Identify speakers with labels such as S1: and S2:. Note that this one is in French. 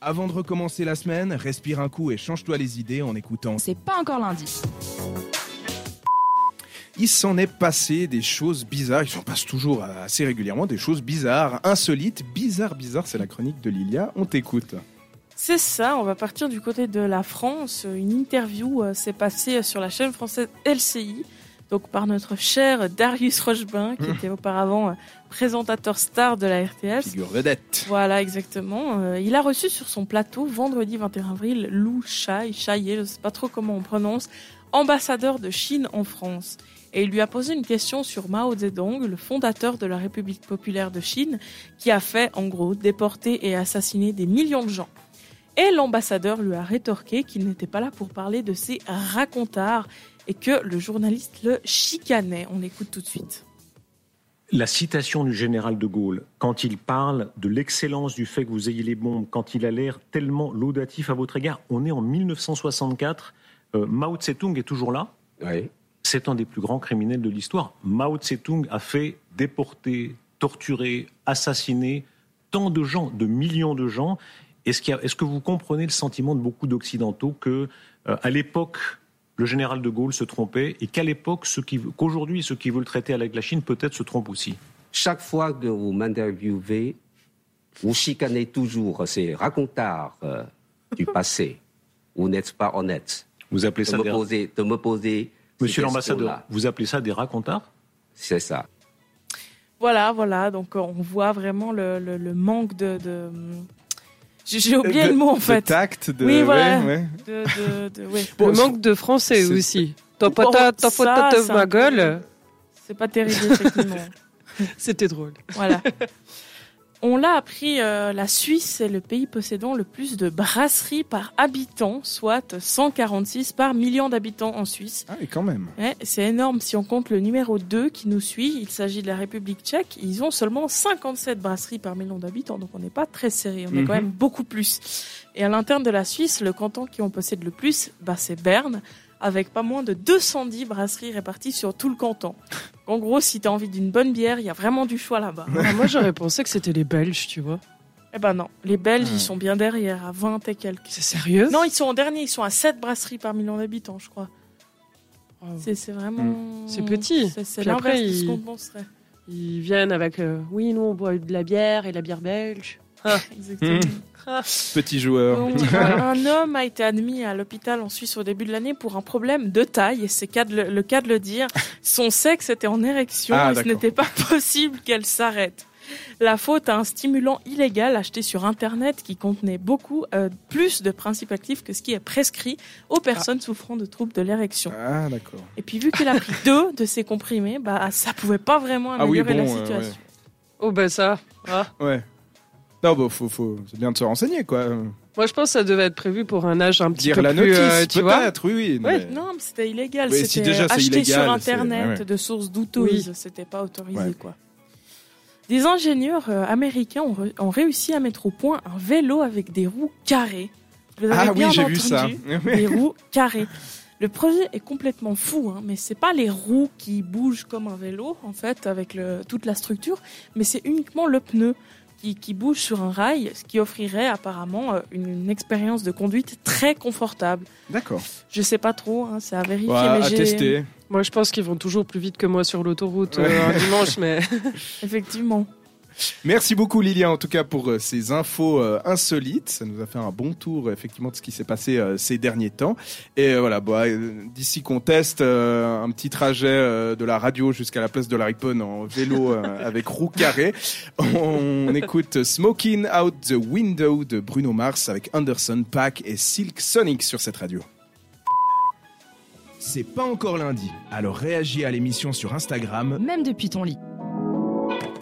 S1: Avant de recommencer la semaine, respire un coup et change-toi les idées en écoutant.
S2: C'est pas encore lundi.
S1: Il s'en est passé des choses bizarres, il s'en passe toujours euh, assez régulièrement, des choses bizarres, insolites, bizarre, bizarre, c'est la chronique de Lilia, on t'écoute.
S3: C'est ça, on va partir du côté de la France. Une interview euh, s'est passée sur la chaîne française LCI, donc par notre cher Darius Rochebin, qui
S1: Mmh.
S3: était auparavant euh, présentateur star de la RTS.
S1: Figure vedette.
S3: Voilà, exactement. Euh, il a reçu sur son plateau, vendredi 21 avril, Lou Chai, Chaillet, je ne sais pas trop comment on prononce, ambassadeur de Chine en France. Et il lui a posé une question sur Mao Zedong, le fondateur de la République populaire de Chine, qui a fait, en gros, déporter et assassiner des millions de gens. Et l'ambassadeur lui a rétorqué qu'il n'était pas là pour parler de ses racontards et que le journaliste le chicanait. On écoute tout de suite.
S4: La citation du général de Gaulle, quand il parle de l'excellence du fait que vous ayez les bombes, quand il a l'air tellement laudatif à votre égard, on est en 1964, euh, Mao Tse-tung est toujours là, c'est un des plus grands criminels de l'histoire. Mao Tse-tung a fait déporter, torturer, assassiner tant de gens, de millions de gens. Est-ce qu'il y a- est-ce que vous comprenez le sentiment de beaucoup d'Occidentaux que, euh, à l'époque, le général de Gaulle se trompait et qu'à l'époque, ceux qui- qu'aujourd'hui, ceux qui veulent traiter avec la Chine peut-être se trompent aussi
S5: Chaque fois que vous m'interviewez, vous chicanez toujours ces racontards euh, du passé. Vous n'êtes pas honnête
S4: Vous appelez
S5: de
S4: ça
S5: me
S4: des...
S5: poser, de me poser ces
S4: Euh, Monsieur l'ambassadeur,
S5: questions-là.
S4: vous appelez ça des racontards
S5: C'est ça.
S3: Voilà, voilà. Donc euh, on voit vraiment le, le- le manque de. de- J'ai j'ai oublié
S1: De-
S3: le mot en
S1: de
S3: fait.
S1: tact, de.
S3: Oui,
S1: ouais,
S3: voilà.
S1: ouais.
S3: De, de- de- ouais.
S6: Le manque de français
S1: c'est-
S6: aussi. T'as
S3: Bon,
S6: pas ta
S3: Oh, ça, c'est un
S6: ma
S3: peu-
S6: gueule.
S3: C'est pas terrible effectivement.
S6: C'était drôle.
S3: voilà. On l'a appris, euh, la Suisse est le pays possédant le plus de brasseries par habitant, soit 146 par million d'habitants en Suisse.
S1: Ah, et quand même.
S3: Ouais, c'est énorme si on compte le numéro 2 qui nous suit. Il s'agit de la République tchèque. Ils ont seulement 57 brasseries par million d'habitants, donc on n'est pas très serré. On est
S1: Mhm.
S3: quand même beaucoup plus. Et à l'interne de la Suisse, le canton qui en possède le plus, bah, c'est Berne, avec pas moins de 210 brasseries réparties sur tout le canton. En gros, si tu as envie d'une bonne bière, il y a vraiment du choix là-bas.
S6: Ah, moi, j'aurais pensé que c'était les Belges, tu vois.
S3: eh ben non, les Belges,
S1: Ouais.
S3: ils sont bien derrière, à 20 et quelques.
S6: C'est sérieux
S3: Non, ils sont en dernier, ils sont à 7 brasseries par million d'habitants, je crois.
S6: Oh.
S3: C'est c'est vraiment.
S6: C'est petit.
S3: C'est- C'est
S6: Puis après,
S3: l'inverse de ce
S6: ils-
S3: qu'on penserait.
S6: Ils viennent avec euh, oui, nous on boit de la bière et la bière belge.
S3: Exactement.
S1: Hmm. Ah. Petit joueur.
S3: Donc, euh, un homme a été admis à l'hôpital en Suisse au début de l'année pour un problème de taille, et c'est cas de le, le cas de le dire. Son sexe était en érection
S1: Ah,
S3: et ce
S1: d'accord.
S3: n'était pas possible qu'elle s'arrête. La faute à un stimulant illégal acheté sur Internet qui contenait beaucoup euh, plus de principes actifs que ce qui est prescrit aux personnes souffrant de troubles de l'érection.
S1: Ah, d'accord.
S3: Et puis vu qu'il a pris deux de ces comprimés, bah ça pouvait pas vraiment
S1: Ah oui,
S3: améliorer
S1: bon,
S3: la
S1: euh,
S3: situation.
S6: Oh ben ça. ah.
S1: Ouais. Non, bah, faut, faut... c'est bien de se renseigner, quoi.
S6: Moi je pense que ça devait être prévu pour un âge un petit
S1: Dire
S6: peu
S1: la
S6: plus,
S1: notice,
S6: euh, tu vois.
S1: peut-être, oui, oui. non, mais-
S3: Non, mais c'était illégal.
S1: Oui, si
S3: c'était
S1: déjà c'est
S3: acheté
S1: illégal,
S3: sur
S1: c'est-
S3: Internet
S1: ouais, ouais.
S3: de sources douteuses. C'était pas autorisé,
S1: Ouais.
S3: quoi. Des ingénieurs euh, américains ont, re- ont réussi à mettre au point un vélo avec des roues carrées. Vous avez
S1: Ah oui,
S3: bien
S1: j'ai
S3: entendu,
S1: vu ça.
S3: Des roues carrées. Le projet est complètement fou, hein, mais c'est pas les roues qui bougent comme un vélo, en fait, avec le- toute la structure, mais c'est uniquement le pneu qui, qui bouge sur un rail, ce qui offrirait apparemment euh, une- une expérience de conduite très confortable.
S1: D'accord.
S3: Je sais pas trop, hein, c'est à vérifier.
S1: Ouais,
S3: mais
S1: à
S3: j'ai-
S1: tester.
S6: Moi je pense qu'ils vont toujours plus vite que moi sur l'autoroute
S1: Ouais.
S6: euh, un dimanche, mais
S3: Effectivement.
S1: Merci beaucoup Lilia en tout cas pour euh, ces infos euh, insolites. Ça nous a fait un bon tour euh, effectivement de ce qui s'est passé euh, ces derniers temps. Et euh, voilà, bah, euh, d'ici qu'on teste euh, un petit trajet euh, de la radio jusqu'à la place de la Riponne en vélo euh, avec roue carrée, on écoute Smoking Out the Window de Bruno Mars avec Anderson Pack et Silk Sonic sur cette radio. C'est pas encore lundi, alors réagis à l'émission sur Instagram
S2: Même depuis ton lit.